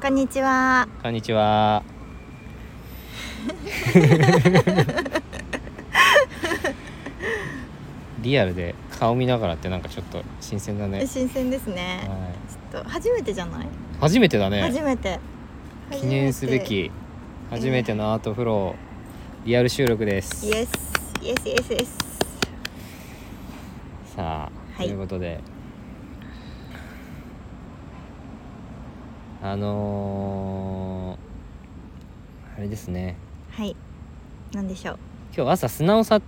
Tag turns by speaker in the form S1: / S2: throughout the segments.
S1: こんにちは。
S2: こんに ちは。リアルで顔見ながらってなんかちょっと新鮮だね。
S1: 新鮮ですね。
S2: は
S1: ちょっと初めてじゃない？
S2: い、初めてだね。
S1: 初めて。
S2: 記念すべき
S1: 初めて
S2: 初めてのアートフローリアル収録です。
S1: イエス。イエスイエスイエス。
S2: さあ、
S1: はい
S2: ということで、あのーあれですね。
S1: はい。なんでしょう。
S2: 今日朝素直さ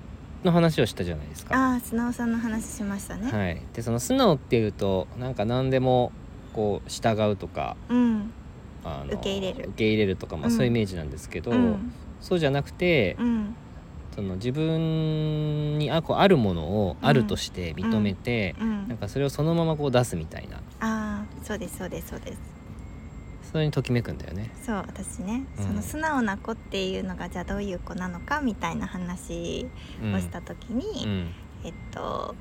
S2: の話をしたじゃないですか。
S1: ああ、素直さんの話しましたね。
S2: はい、でその素直っていうとなんか何でもこう従うとか
S1: うん。
S2: あの
S1: 受け入れる
S2: 受け入れるとか、まあ
S1: うん
S2: そういうイメージなんですけど、
S1: うん。
S2: そうじゃなくて、
S1: うん。
S2: その自分にあこうあるものを
S1: うん
S2: あるとして認めて、
S1: う
S2: なん
S1: ん。
S2: かそれをそのままこう出すみたいな
S1: ああ、そうですそうですそうです。
S2: それにときめくんだよね。
S1: そう私ね、
S2: うん
S1: その素直な子っていうのがじゃあどういう子なのかみたいな話
S2: うん
S1: をした時に、
S2: うん
S1: えっと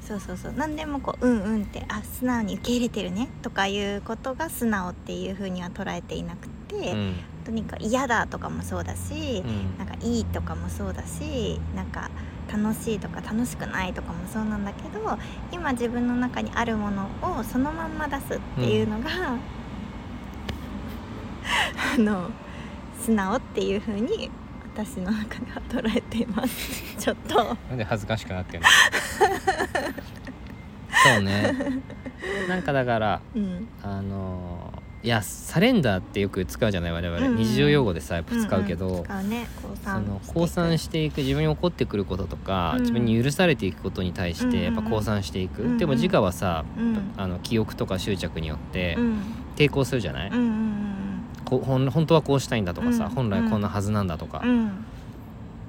S1: そうそうそう何でもこう「うんうん」って「あ素直に受け入れてるね」とかいうことが素直っていうふうには捉えていなくて、
S2: うん
S1: とにかく「嫌だ」とかもそうだし
S2: う、ん
S1: なんか「いい」とかもそうだしなんか「楽しい」とか「楽しくない」とかもそうなんだけど今自分の中にあるものをそのまんま出すっていうのが、 あの素直っていうふうに私の中では捉えています。 ちょっと
S2: なんで恥ずかしくなってんの そうねなんかだから
S1: うん
S2: あのーいやサレンダーってよく使うじゃない我々、
S1: うんうん
S2: 日常用語でさやっぱ使うけど、
S1: んん使うね降
S2: そ
S1: 参
S2: の降参
S1: て
S2: していく自分に起こってくることとか、
S1: うん
S2: 自分に許されていくことに対してやっぱ
S1: うんうん
S2: 降参していく、
S1: うんうん
S2: でも自我はさ、
S1: うん
S2: あの記憶とか執着によって
S1: うん
S2: 抵抗するじゃない、
S1: うんうん
S2: こほん本当はこうしたいんだとかさ、
S1: うん
S2: 本来こんなはずなんだとか、
S1: うんうん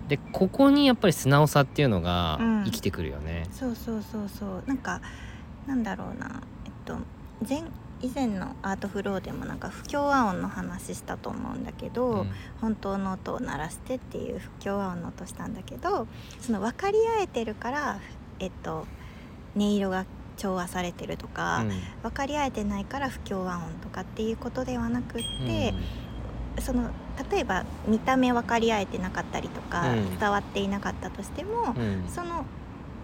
S2: でここにやっぱり素直さっていうのが
S1: うん
S2: 生きてくるよね。
S1: そうそうそうそうなんかなんだろうなえっと前以前のアートフローでもなんか不協和音の話したと思うんだけど、
S2: うん
S1: 本当の音を鳴らしてっていう不協和音の音したんだけどその分かり合えてるからえっと音色が調和されてるとか、
S2: うん
S1: 分かり合えてないから不協和音とかっていうことではなくって、その例えば見た目分かり合えてなかったりとか、
S2: うん
S1: 伝わっていなかったとしても
S2: う、ん
S1: その、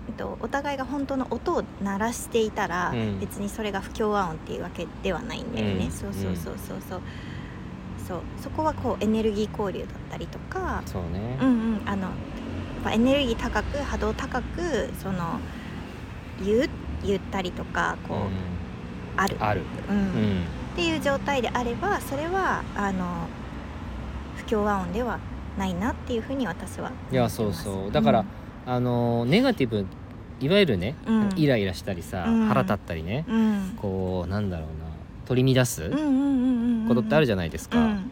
S1: えっと、お互いが本当の音を鳴らしていたら、
S2: うん
S1: 別にそれが不協和音っていうわけではないんだよね、
S2: うん
S1: そうそうそうそうそう,、そうそこはこうエネルギー交流だったりとか、
S2: そうね
S1: うんうん、あのやっぱエネルギー高く波動高くそのゆゆったりとかこう、
S2: うん
S1: ある。
S2: ある、
S1: うん
S2: うん
S1: っていう状態であればそれはあの不協和音ではないなっていうふうに私は思ってます
S2: いやそうそうだから、あのネガティブいわゆるね、
S1: うん
S2: イライラしたりさ、
S1: うん
S2: 腹立ったりね
S1: うん、うん
S2: こうなんだろうな取り乱す
S1: うんうんうんうんうん
S2: ことってあるじゃないですか、うん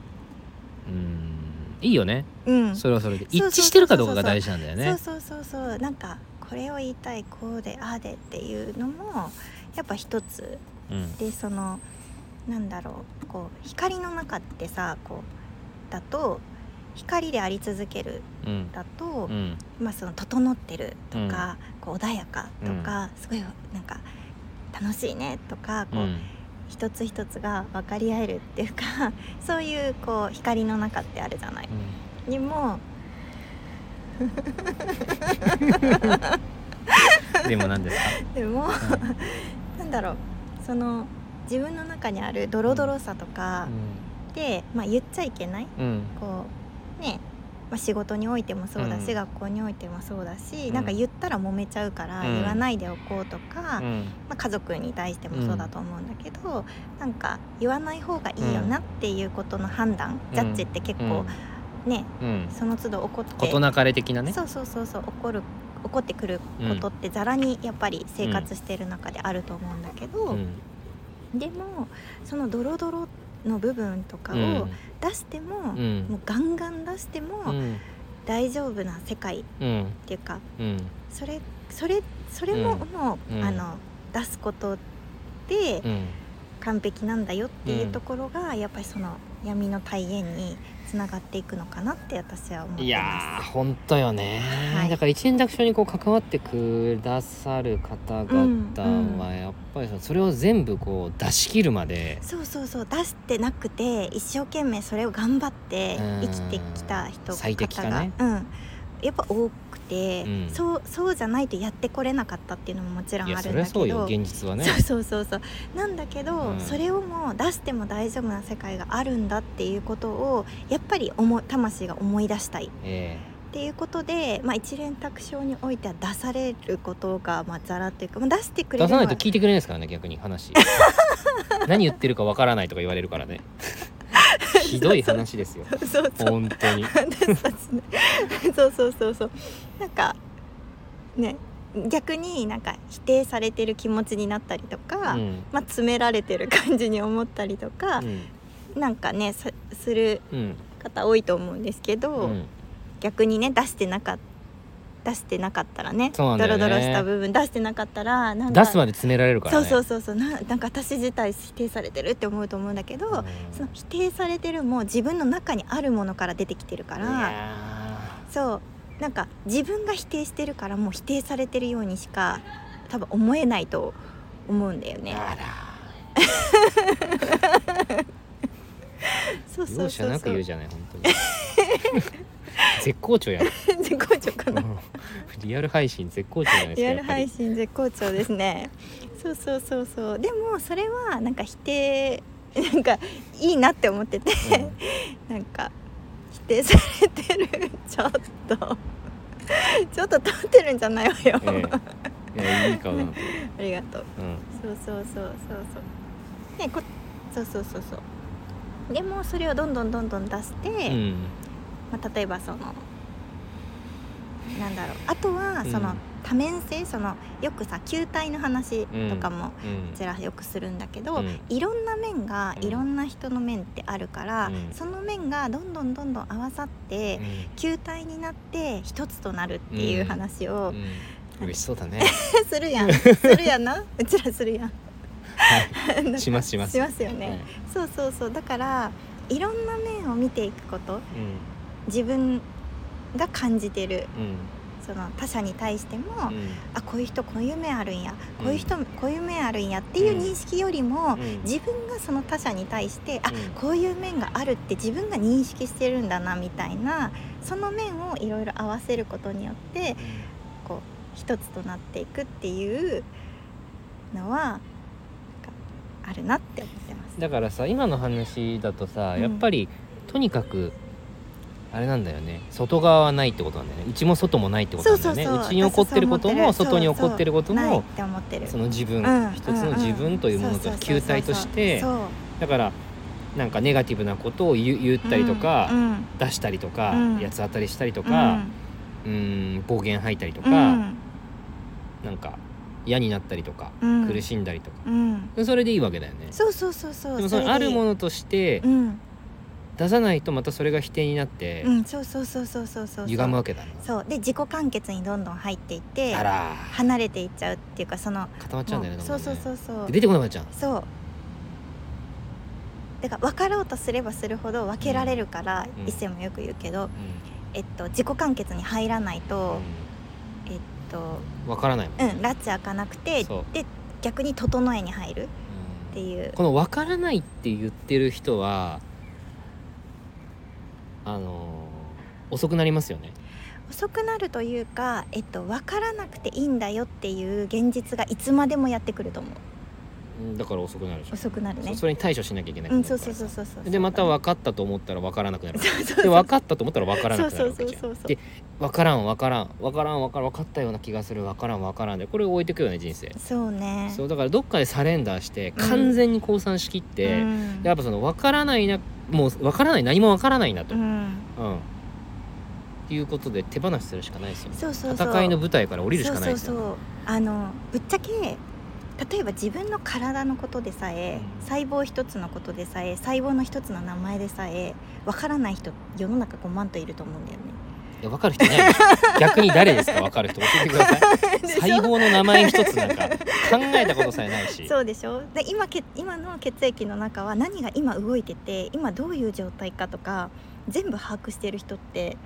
S2: いいよね、
S1: うんうん
S2: それはそれで
S1: そう
S2: 一
S1: そう
S2: 致してるかどうかが大事なんだよね
S1: そうそうそうそうなんかこれを言いたいこうでああでっていうのもやっぱ一つ
S2: うん
S1: でそのなんだろうこう光の中ってさこうだと光であり続ける
S2: うん
S1: だと、
S2: うん
S1: まあ、その整ってるとか、こう穏やかとか、すごいなんか楽しいねとか
S2: う
S1: こう、
S2: ん
S1: 一つ一つが分かり合えるっていうか そういうこう光の中ってあるじゃない。にも
S2: うんでも何ですか、
S1: でも
S2: う ん
S1: なんだろうその自分の中にあるドロドロさとかで、まあ、言っちゃいけない
S2: うん
S1: こうねまあ、仕事においてもそうだし、
S2: うん
S1: 学校においてもそうだし、
S2: うん
S1: なんか言ったら揉めちゃうから
S2: うん
S1: 言わないでおこうとか、
S2: うんうん
S1: まあ、家族に対してもそうだと思うんだけど、なんか言わない方がいいよなっていうことの判断、
S2: うん
S1: ジャッジって結構ね、
S2: うん
S1: その都度怒って
S2: 事なかれ的なね
S1: そうそうそうそう怒る怒ってくることってざらにやっぱり生活してる中であると思うんだけど、
S2: うん
S1: でもそのドロドロの部分とかを出しても、
S2: うん
S1: もうガンガン出して
S2: う
S1: も
S2: ん
S1: 大丈夫な世界っ
S2: うん
S1: ていうか
S2: うん
S1: それそれそれも
S2: うん
S1: もう、
S2: うん
S1: あの出すことで、
S2: うん
S1: 完璧なんだよっていうところが、やっぱりその闇の体現につながっていくのかなって私は思ってます。
S2: いやー本当よね、
S1: はい
S2: だから一円楽勝にこう関わってくださる方々
S1: うんう
S2: はやっぱぱりそのそれを全部こう出し切るまで
S1: そうそうそう出してなくて一生懸命それを頑張って
S2: うん
S1: 生きてきた人
S2: 最適化
S1: 方が、
S2: ね
S1: うん、やっぱ多くて、
S2: うん
S1: そうそうじゃないとやってこれなかったっていうのももちろん
S2: いや
S1: あ
S2: そ
S1: るんだ
S2: れは
S1: け
S2: そうよ
S1: ど。
S2: 現実はね
S1: そうそうそうそうなんだけど、
S2: うん
S1: それをもう出しても大丈夫な世界があるんだっていうことをやっぱり思い魂が思い出したいっ
S2: え
S1: ていうことで、まあ、一連卓章においては出されることがまあざらっていうか、まあ、出してくれ
S2: え出
S1: る
S2: さ
S1: の
S2: な
S1: はい
S2: と聞いてくれないですからね逆に 話何言ってるかわからないとか言われるからねひどい話ですよ
S1: そうそう
S2: 本当に
S1: 私たちねそうそうそうそうなんかね逆になんか否定されてる気持ちになったりとか、
S2: うん
S1: まあ、詰められてる感じに思ったりとか
S2: う、ん
S1: なんかねさする
S2: うん
S1: 方多いと思うんですけど、
S2: うん
S1: 逆にね出してなか出してなかったらね
S2: そうなんだよね
S1: ドロドロした部分出してなかったらなんか
S2: 出すまで詰められるから
S1: そう
S2: ね
S1: そうそうそうななんか私自体否定されてるって思うと思うんだけど、
S2: ん
S1: その否定されてるも自分の中にあるものから出てきてるから。
S2: いや
S1: そうなんか自分が否定してるからもう否定されてるようにしか多分思えないと思うんだよ
S2: ー
S1: ね。
S2: あら
S1: そうそうそ
S2: 容赦
S1: う
S2: なく
S1: そ
S2: 言う
S1: う。
S2: じゃない本当に 絶好調やん
S1: 絶好調かな。
S2: リアル配信絶好調じゃないです
S1: リア
S2: かや
S1: ル
S2: っぱり
S1: 配信絶好調ですね。そうそうそうそう。でもそれはなんか否定なんかいいなって思ってて、なんか否定されてるちょっと ちょっと立ってるんじゃないわよ。
S2: うんええいやいい顔だなと
S1: ありがとう。
S2: うん
S1: そうそうそうそうそうねこそうそうそうそうでもそれをどんどんどんどん出して、
S2: うん
S1: まあ、例えばそのなんだろうあとは
S2: うん
S1: その、多面性そのよくさ球体の話とかも
S2: うん
S1: こちらよくするんだけど、
S2: うん
S1: いろんな面が
S2: うん
S1: いろんな人の面ってあるから、
S2: うん
S1: その面がどんどんどんどん合わさって、球体になって一つとなるっていう話
S2: う
S1: を
S2: ん、うん嬉しそうだね
S1: するや んするやんなうちらするやん
S2: はい しますします
S1: しますよね、
S2: はい
S1: そうそうそうだからいろんな面を見ていくこと
S2: うん
S1: 自分が感じてる
S2: うん
S1: その他者に対しても、
S2: うん
S1: あこういう人こういう面あるんや
S2: うん
S1: こういう人、こういう面あるんやっていう認識よりも、
S2: うん
S1: 自分がその他者に対してあ、
S2: うん
S1: こういう面があるって自分が認識してるんだなみたいなその面をいろいろ合わせることによってこう一つとなっていくっていうのはなんかあるなって思ってます。
S2: だからさ今の話だとさ、
S1: うん
S2: やっぱりとにかくあれなんだよね外側はないってことなんだよねうちも外もないってことなんだよね
S1: そうそうそう
S2: ちに起こってることも
S1: 私そう思ってる
S2: 外に起こってること
S1: ないっ
S2: も
S1: て思ってる
S2: その自分、
S1: うん
S2: 一つの自分というもの
S1: そ
S2: が
S1: そそ
S2: 球体として
S1: そう
S2: だからなんかネガティブなことを言う言ったりとか、
S1: うんうん
S2: 出したりとか、
S1: うん
S2: 八つ当たりしたりとか、うん、暴言吐いたりとか、なんか嫌になったりとか、
S1: うん
S2: 苦しんだりとか
S1: うんうん
S2: それでいいわけだよね。
S1: そうそうそうそう
S2: でもそのあるも
S1: の
S2: のとして
S1: うん
S2: 出さないとまたそれが否定になって、
S1: うんそうそうそうそうそうそう
S2: 歪むわけだな
S1: そうで自己完結にどんどん入っていって
S2: あら
S1: 離れていっちゃうっていうかその
S2: 固まっちゃうんだよね
S1: もうそう
S2: どんど
S1: そ
S2: ん
S1: う
S2: ね
S1: そうそう
S2: で出てこなくなっちゃう
S1: そうだから分かろうとすればするほど分けられるから、
S2: うん
S1: 一世もよく言うけど、
S2: う
S1: えっと、自己完結に入らないと、えっと
S2: んわからないも
S1: う
S2: んね、
S1: ん、ラッチ開かなくて
S2: そう
S1: で逆に整えに入るって
S2: うん
S1: いう
S2: この「わからない」って言ってる人はあのー遅くなりますよね
S1: 遅くなるというか、えっと、分からなくていいんだよっていう現実がいつまでもやってくると思う
S2: うんだから遅くなるでしょ
S1: 遅くなるね
S2: そそれに対処しなきゃいけない
S1: うんそうそうそうそうそう
S2: でまた分かったと思ったら分からなくな る
S1: そうそうそう
S2: で分かったと思ったら分からなくなるわけじゃ
S1: そうそうそうそ
S2: ん
S1: う
S2: で分からん分からん分からん分からん分かったような気がする分からん分からんでこれ置いてくよね人生
S1: そうね
S2: そうだからどっかでサレンダーして
S1: うん
S2: 完全に降参しきって、
S1: うん
S2: やっぱその分からないなもう分からない何も分からないなと、
S1: う
S2: うん
S1: ん
S2: っていうことで手放しするしかないですよね
S1: そうそうそう
S2: 戦いの舞台から降りるしかないです
S1: そう
S2: よ
S1: そうそうあのぶっちゃけ例えば自分の体のことでさえ
S2: うん
S1: 細胞一つのことでさえ細胞の一つの名前でさえわからない人世の中5万といると思うんだよ
S2: いや分かる人いないでしょ逆に誰ですか分かる人教えてください
S1: ね。
S2: 細胞の名前一つなんか考えたことさえないし
S1: そうでしょで今け今の血液の中は何が今動いてて今どういう状態かとか全部把握してる人って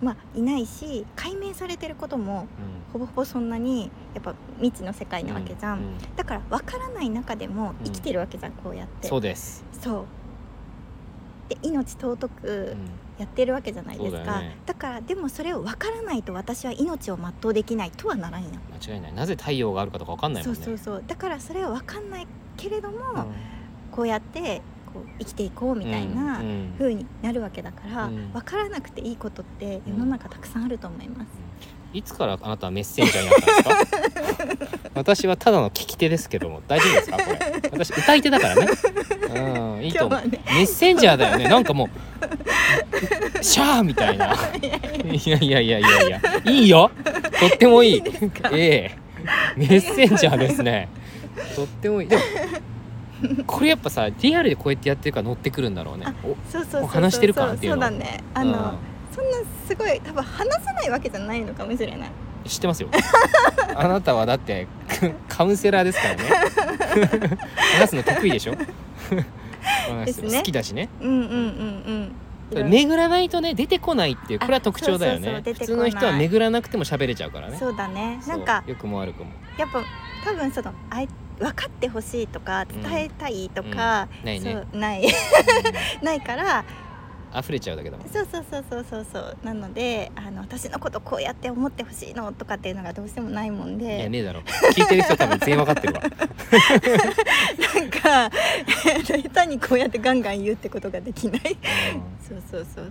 S1: まあいないし解明されてることもほぼほぼそんなにやっぱ未知の世界なわけじゃん、
S2: うう
S1: だから分からない中でも生きてるわけじゃん、こうやって
S2: そうです、
S1: そうで命尊
S2: う
S1: く
S2: ん
S1: やってるわけじゃないです
S2: そうだ
S1: か、
S2: よね
S1: だからでもそれを分からないと私は命を全うできないとはならんやん
S2: 間違いないなぜ太陽があるかとかわかんない
S1: そ
S2: もん
S1: う
S2: ね
S1: そうそうだからそれは分かんないけれども、
S2: うん
S1: こうやってこう生きていこうみたいな
S2: うんうん
S1: 風になるわけだから、
S2: うん
S1: 分からなくていいことって世の中たくさんあると思います、
S2: いつからあなたはメッセンジャーになったん ですか私はただの聞き手ですけども大丈夫ですかこれ私歌い手だからねうんいいと思
S1: 今日は
S2: う、
S1: ね
S2: メッセンジャーだよねなんかもうシャーみたいないやいやいやいやいやいいよとってもいいええメッセンジャーですねとってもいいでもこれやっぱさリアルでこうやってやってるから乗ってくるんだろうね
S1: あ
S2: お
S1: そうそうそうそう
S2: もう話してる感っていうの
S1: そうだねあの、
S2: うん
S1: そんなすごい多分話せないわけじゃないのかもしれない
S2: 知ってますよあなたはだってカカウンセラーですからね 話すの得意でしょ話すの
S1: ですね
S2: 好きだしね
S1: うんうんうんうん
S2: 巡らないとね出てこないっていうこれは特徴だよ
S1: あそ
S2: ね
S1: うそうそう
S2: 普通の人は巡らなくても喋れちゃうからね
S1: そうだね
S2: そ
S1: な
S2: うん
S1: か
S2: 良くも悪くも
S1: やっぱ多分そのあい分かってほしいとか伝えたいとか、
S2: うんないね
S1: そうない ないから
S2: うん溢れちゃうだけだもん
S1: そうそうそうそうそうそうなのであの私のことこうやって思ってほしいのとかっていうのがどうしてもないもん
S2: いや
S1: で、
S2: ねえだろ聞いてる人多分全員わかってるわ
S1: なんか 下手にこうやってガンガン言うってことができない
S2: うん
S1: そうそうそう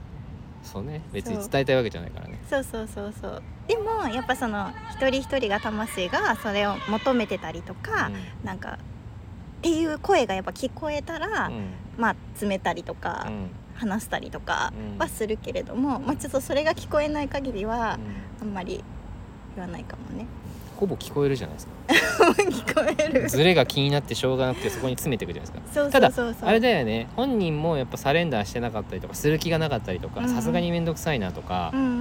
S2: そうね別
S1: そ
S2: に
S1: う
S2: 伝えたいわけじゃないからね
S1: そうそうそうそうでもやっぱその一人一人が魂がそれを求めてたりとか、なんかっていう声がやっぱ聞こえたら、
S2: うんうん
S1: まあ詰めたりとか、
S2: うん
S1: 話したりとか
S2: うん
S1: はするけれども、まあちょっとそれが聞こえない限りは
S2: うん
S1: あんまり言わないかもね
S2: ほぼ聞こえるじゃないですか
S1: 聞こえる
S2: ズレが気になってしょうがなくてそこに詰めていくじゃないですか
S1: そうそ
S2: た
S1: う
S2: だ
S1: そうそう
S2: あれだよね本人もやっぱサレンダーしてなかったりとかする気がなかったりと
S1: うん
S2: か
S1: うん
S2: さすがに面倒くさいなとか
S1: うん、うんうんう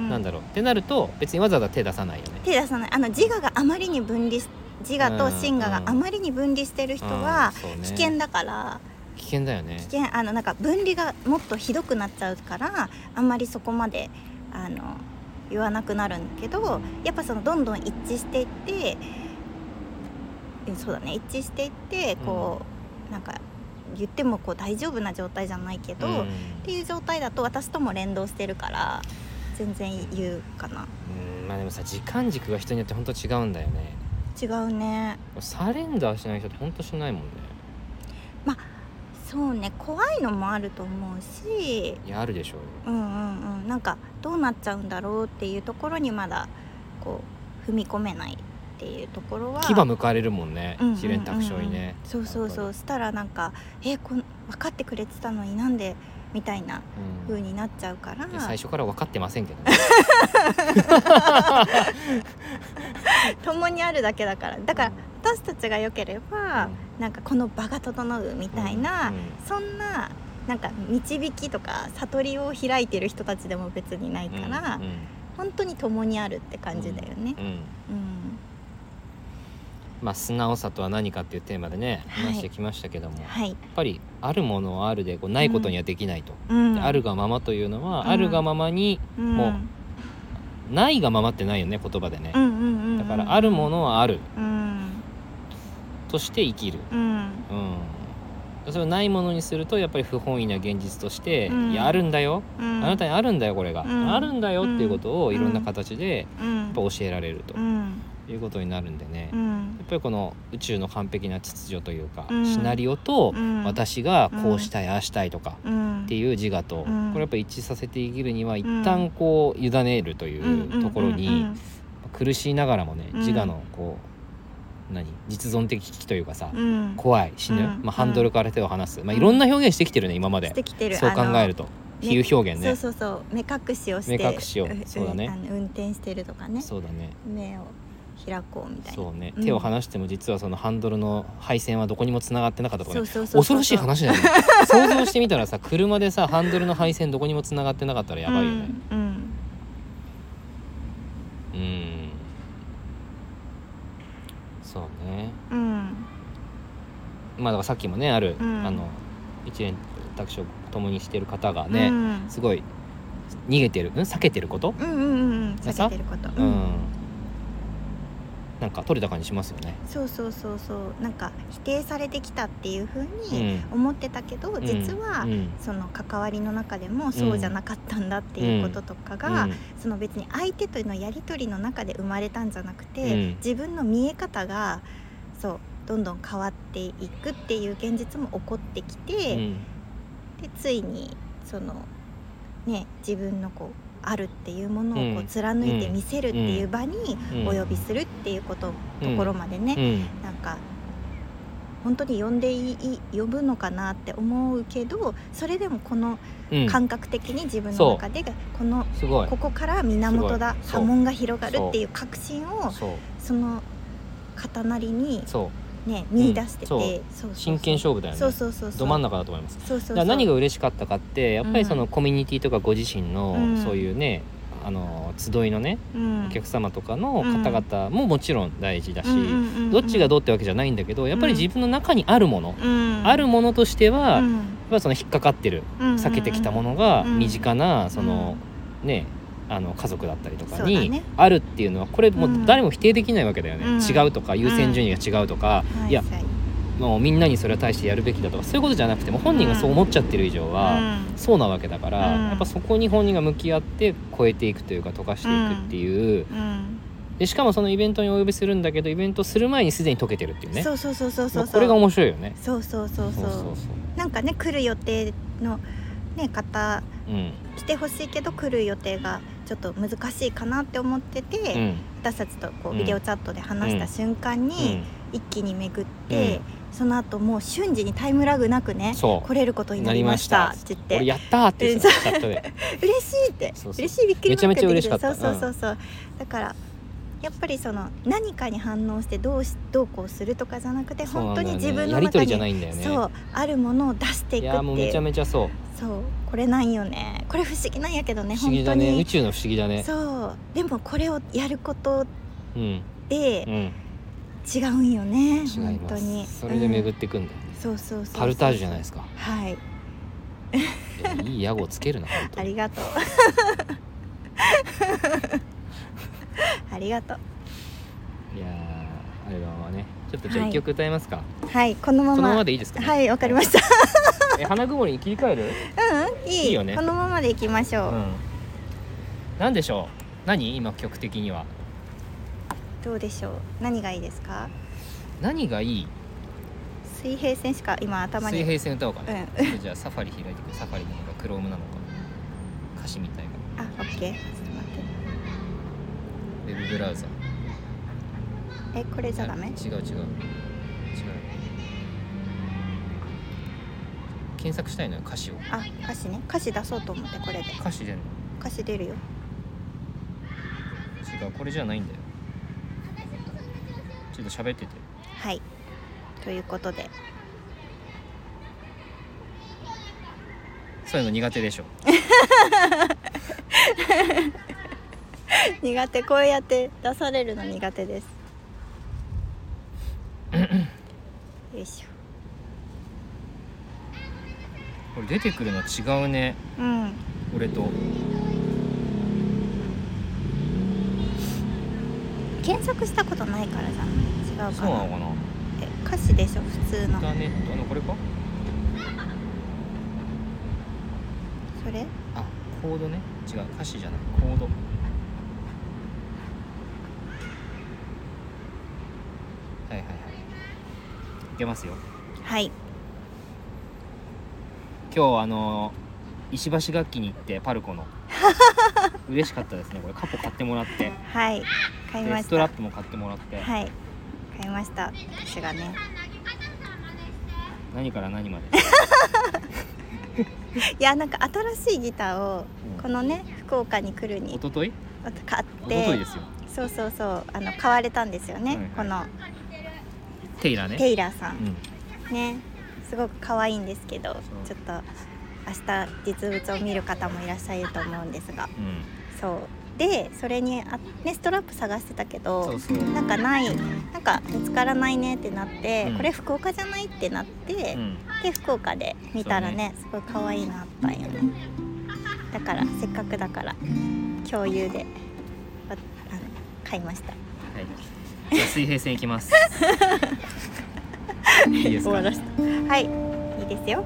S1: ん
S2: なんだろうってなると別にわざわざ手出さないよね
S1: 手出さないあの自我があまりに分離し自我と真我があまりに分離してる人は
S2: うんそうね
S1: 危険だから、
S2: 危険だよね
S1: 危険あのなんか分離がもっとひどくなっちゃうからあんまりそこまであの言わなくなるんだけどやっぱそのどんどん一致していってうんそうだね一致していってこう、なんか言ってもこう大丈夫な状態じゃないけど、
S2: うん
S1: っていう状態だと私とも連動してるから全然言うかな
S2: うんまあでもさ時間軸が人によって本当違うんだよね
S1: 違うね
S2: サレンダーしない人って本当しないもんね
S1: そうね怖いのもあると思うし
S2: いやあるでしょうよ
S1: うんうんうんなんかどうなっちゃうんだろうっていうところにまだこう踏み込めないっていうところは
S2: 牙向かれるもんね
S1: うんうんうんうん
S2: 試練卓上にね
S1: そうそうそ
S2: や
S1: う
S2: っ
S1: したらなんかえこん分かってくれてたのになんでみたいな
S2: ぱりう
S1: 風
S2: ん
S1: になっちゃうから、
S2: いや最初から分かってませんけどね
S1: 共にあるだけだからだから
S2: うん
S1: 私たちが良ければ、なんかこの場が整うみたいな、
S2: うんうん
S1: そんななんか導きとか悟りを開いてる人たちでも別にないから、
S2: うんうん
S1: 本当に共にあるって感じだよね。
S2: うん
S1: うん
S2: まあ、素直さとは何かっていうテーマでね
S1: はい
S2: 話してきましたけども、やっ
S1: はい、
S2: ぱりあるものはあるでこうないことにはできないと、
S1: うん、
S2: であるがままというのは、
S1: うん
S2: あるがままにも
S1: うん
S2: ないがままってないよね言葉でね
S1: う、んうんうんうん、
S2: だからあるものはある
S1: うん
S2: として生きる、
S1: うん
S2: うん、それをないものにするとやっぱり不本意な現実として、
S1: うん
S2: いやあるんだよ、
S1: うん
S2: あなたにあるんだよこれが、
S1: うん
S2: あるんだよっていうことを
S1: うん
S2: いろんな形で
S1: うん
S2: やっぱ教えられると
S1: うん
S2: いうことになるんでね、
S1: う
S2: や
S1: ん
S2: っぱりこの宇宙の完璧な秩序というか、
S1: うん
S2: シナリオと、
S1: うん
S2: 私がこうしたい、ああしたいとか
S1: うん
S2: っていう自我と、
S1: うん
S2: これやっぱ一致させて生きるには一
S1: ん
S2: 旦こう委ねると
S1: うんうん
S2: い
S1: うんうん
S2: うところに苦しいながらもね
S1: うん
S2: 自我のこう何実存的危機というかさ
S1: うん
S2: 怖い死ぬ、
S1: うん
S2: まあ、ハンドルから手を離す、まあ、いろんな表現してきてるね今ま
S1: し
S2: で
S1: てきてる
S2: そう考える
S1: と
S2: と比喩表現ね
S1: そうそうそう目隠しをして
S2: 目隠しをそうだね
S1: あの運転してるとかね
S2: そうだね
S1: 目を開こうみたいな
S2: そうね
S1: うん
S2: 手を離しても実はそのハンドルの配線はどこにも繋がってなかったとか
S1: そう
S2: ね
S1: そうそうそう
S2: 恐ろしい話だよね想像してみたらさ車でさハンドルの配線どこにも繋がってなかったらやばいよね、
S1: うんうん
S2: うんそうね
S1: うん
S2: まあだからさっきもねある、
S1: うん
S2: あの一連卓書を共にしてる方がね、
S1: うん
S2: すごい逃げてるん避けてること
S1: うんうんうん
S2: で
S1: 避
S2: さ
S1: けてること、う
S2: う、
S1: んん、
S2: なんか取れた感じしますよね
S1: そうそうそうそうなんか否定されてきたっていうふう
S2: う
S1: に
S2: ん
S1: 思ってたけど、実は、
S2: うん
S1: その関わりの中でもそうじゃなかったんだっていうこととかが、
S2: うん
S1: その別に相手とのやり取りの中で生まれたんじゃなくて、
S2: うん
S1: 自分の見え方がそうどんどん変わっていくっていう現実も起こってきて、
S2: うん
S1: でついにそのね自分のこうあるっていうものをこ
S2: うん
S1: う貫いて見せるっていう場に
S2: うん
S1: お呼びするっていうこと、ところまでね、
S2: うん
S1: なんか本当に呼んでいい呼ぶのかなって思うけどそれでもこの
S2: うん
S1: 感覚的に自分
S2: そう
S1: の中で、この
S2: すごい
S1: ここから源だ
S2: すごいそ
S1: 波
S2: う
S1: 紋が広がるっていう確信を
S2: そう
S1: その方なりに
S2: そう
S1: ね見出してて、
S2: そう
S1: そうそうそう
S2: 真剣勝負だよね
S1: そうそうそうそう
S2: ど真ん中だと思います
S1: そうそうそ
S2: だ
S1: う
S2: から何が嬉しかったかってやっぱりそうの
S1: ん
S2: コミュニティとかご自身の
S1: うん
S2: そういうねあの集いのね
S1: うん
S2: お客様とかの方々ももちろん大事だし
S1: うんうんうんうん
S2: どっちがどうってわけじゃないんだけどやっぱり自分の中にあるもの
S1: うん
S2: あるものとしては
S1: う
S2: やっ
S1: ん
S2: ぱりその引っかかってる
S1: うんうん
S2: 避けてきたものが
S1: うん
S2: 身近なそのねあの家族だったりと
S1: そ
S2: か
S1: うだ
S2: に
S1: ね
S2: あるっていうのはこれも
S1: う
S2: うん誰も否定できないわけだよね、
S1: うん
S2: 違うとか優先順位が違うとか、
S1: はい
S2: や
S1: はい
S2: もうみんなにそれは対してやるべきだとかそういうことじゃなくても本人がそう思っちゃってる以上は、
S1: うん
S2: そうなわけだから、
S1: うん
S2: やっぱそこに本人が向き合って超えていくというか溶かしていくっていう、
S1: うん
S2: でしかもそのイベントにお呼びするんだけどイベントする前にすでに溶けてるっていうね
S1: そうそうそうそうそう
S2: まあこれが面白いよね。
S1: そうそうそうそうなんかね来る予定のね方
S2: ううん
S1: 来てほしいけど来る予定がちょっと難しいかなって思ってて、
S2: うん
S1: 私たちとこ
S2: う
S1: うんビデオチャットで話した瞬間に一気に巡って、その後もう瞬時にタイムラグなくね
S2: そう
S1: 来れることになりました
S2: なりま
S1: って言っ
S2: 俺
S1: て
S2: やったーって言ってたチャットで
S1: 嬉しいって
S2: そうそう
S1: 嬉しいびっくりマーク
S2: めちゃめちゃ嬉しかった
S1: できてそうそうそうそうだからやっぱりその何かに反応してどうしどうこうするとかじゃなくて
S2: そうな
S1: 本当
S2: んだよね
S1: に自分
S2: や
S1: の
S2: り
S1: 中
S2: とり
S1: に
S2: じゃないんだよね
S1: そうあるものを出していくってい
S2: やーもうめちゃ
S1: う
S2: めちゃそう
S1: そうこれなんよねこれ不思議なんやけどね
S2: 不思議
S1: 本
S2: だ
S1: 当
S2: ね宇
S1: に、
S2: 宙の不思議だね
S1: そうでもこれをやること
S2: うん
S1: で
S2: うん
S1: 違うんよね、
S2: 違い
S1: 本当
S2: ま
S1: に
S2: すそれで巡
S1: っ
S2: ってくんだよね
S1: うん、そうそうそうそう
S2: パルタージュじゃないですか
S1: はい
S2: いやいい野号 つけるな本当
S1: あり
S2: に
S1: が とうありがと
S2: いやーアルバムはねちょっとじゃあ一曲歌いますか、
S1: うはいこのまま
S2: そのままでいいですか、ね、
S1: はいわかりました
S2: え花曇りに切り替える
S1: うんいい
S2: いいよね
S1: このままでいきましょ
S2: う
S1: う、
S2: んなんでしょう何今曲的には
S1: どうでしょう何がいいですか
S2: 何がいい
S1: 水平線しか今頭に
S2: 水平線歌おうか
S1: う
S2: ね、
S1: ん
S2: じゃあサファリ開いてくるサファリなのかクロームなのか歌詞みたいな
S1: あオッケーちょっと待って
S2: ウェブブラウザ
S1: えこれじゃダメ
S2: 違う違う違う検索したいのよ歌詞を
S1: あ歌詞ね歌詞出そうと思ってこれで
S2: 歌詞出んの
S1: 歌詞出るよ
S2: 違うこれじゃないんだよちょっと喋ってて
S1: はいということで
S2: そういうの苦手でしょ
S1: 苦手こうやって出されるの苦手 ですよいし
S2: これ出てくるの違うね
S1: ょうん
S2: 俺と
S1: 検索したことないからじゃん違う
S2: そ
S1: か
S2: う
S1: な
S2: なのかな
S1: え歌詞でしょ普通
S2: イン
S1: の
S2: ターネットあのこれか
S1: それ
S2: あコードね違う歌詞じゃないコードはいはいはいいけますよ
S1: はい
S2: 今日あの石橋楽器に行ってパル コの嬉しかったですねこれカポ買ってもらって
S1: はい買いま
S2: で
S1: し
S2: ストラ
S1: た
S2: ップも買ってもらって、
S1: はい買いました私がね
S2: 何から何ま で、
S1: いやなんか新しいギターをこ
S2: うん
S1: のね福岡に来るに
S2: 一昨日
S1: 買っ
S2: 一昨日
S1: て
S2: ですよ
S1: そうそうそうあの買われたんですよね、
S2: はい
S1: こ
S2: テイラー
S1: の
S2: ね、
S1: テイラーさん
S2: うん、
S1: ねすごく可愛いんですけど
S2: う
S1: ちょっと明日実物を見る方もいらっしゃると思うんですが
S2: うん、
S1: そうでそれにあ、ね、ストラップ探してたけど
S2: そうそう
S1: なんかないなんか見つからないねってなって、
S2: うん
S1: これ福岡じゃないってなって、
S2: うん
S1: で福岡で見たらねすごい可愛いのあったんよねだからせっかくだから共有でわあの買いました
S2: はい。じゃあ水平線いき ます。いいです
S1: 終わ。
S2: から
S1: したはいいいですよ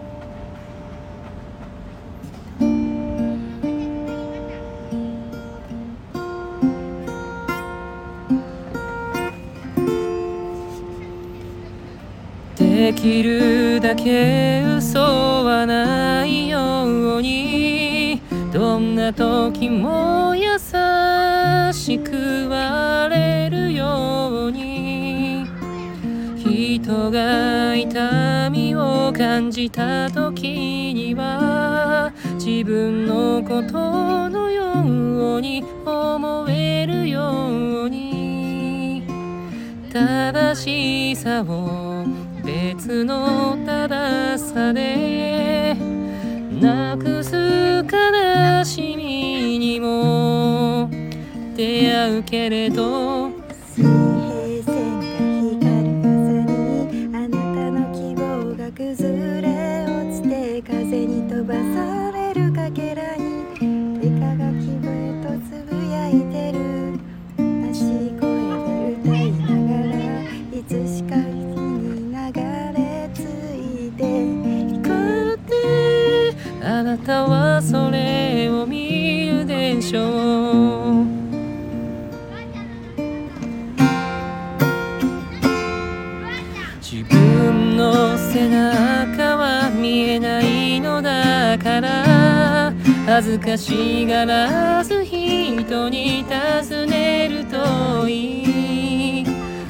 S2: できるだけ嘘はないようにどんな時も優しくあれるように人が痛みを感じた時には自分のことのように思えるように正しさを別の正さでなくす悲しみにも出会うけれど
S1: 水平線が光る朝にあなたの希望が崩れ落ちて風に飛ばされるかけらに理科が希望とつぶやいてる悲しい声で歌いながらいつしか日に流れ着いて
S2: 光ってあなたはそれを見るでしょう自分の背中は見えないのだから恥ずかしがらず人に尋ねるといい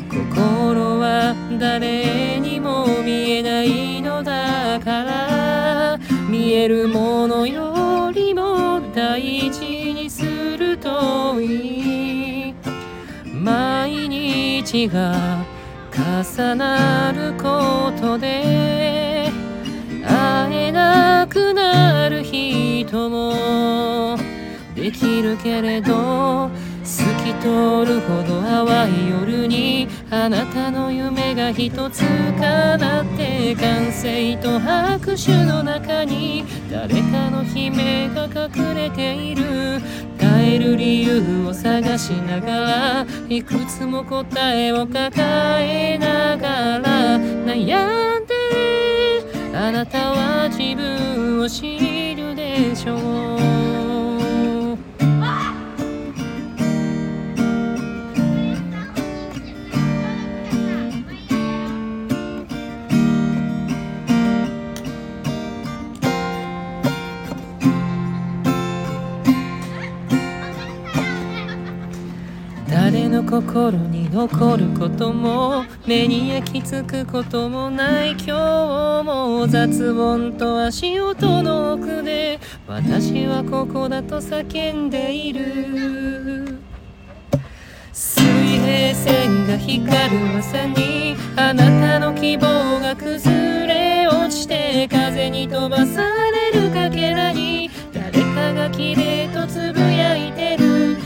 S2: 心は誰にも見えないのだから見えるものよりも大事にするといい毎日が重なることで会えなくなる人もできるけれど透き通るほど淡い夜にあなたの夢が一つ叶って歓声と拍手の中に誰かの悲鳴が隠れている耐える理由を探しながらいくつも答えを抱えながら悩んであなたは自分を知るでしょう誰の心に残ることも目に焼き付くこともない今日も雑音と足音の奥で私はここだと叫んでいる水平線が光る朝にあなたの希望が崩れ落ちて風に飛ばされるかけらに誰かが綺麗とつぶやいてる
S1: 悲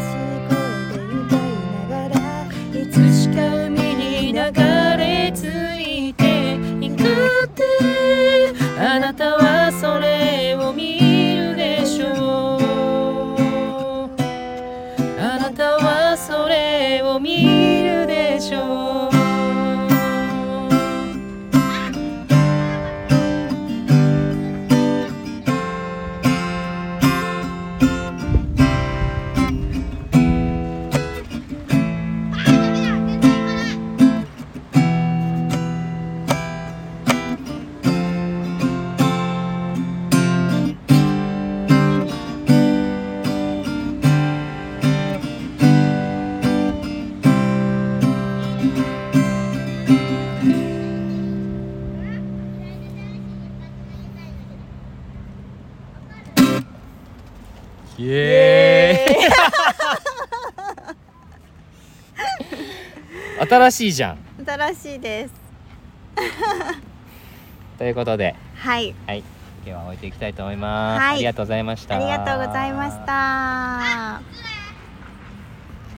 S1: しい声で歌いながらい
S2: い
S1: つ
S2: つしか海に流れ着いていくってあなたはそれを見るでしょうあなたはそれを見るでしょうイエーイ新しいじゃん
S1: 新しいです
S2: ということで
S1: はい
S2: はい今日は終えていきたいと思います、
S1: はい
S2: ありがとうございました
S1: ありがとうございました。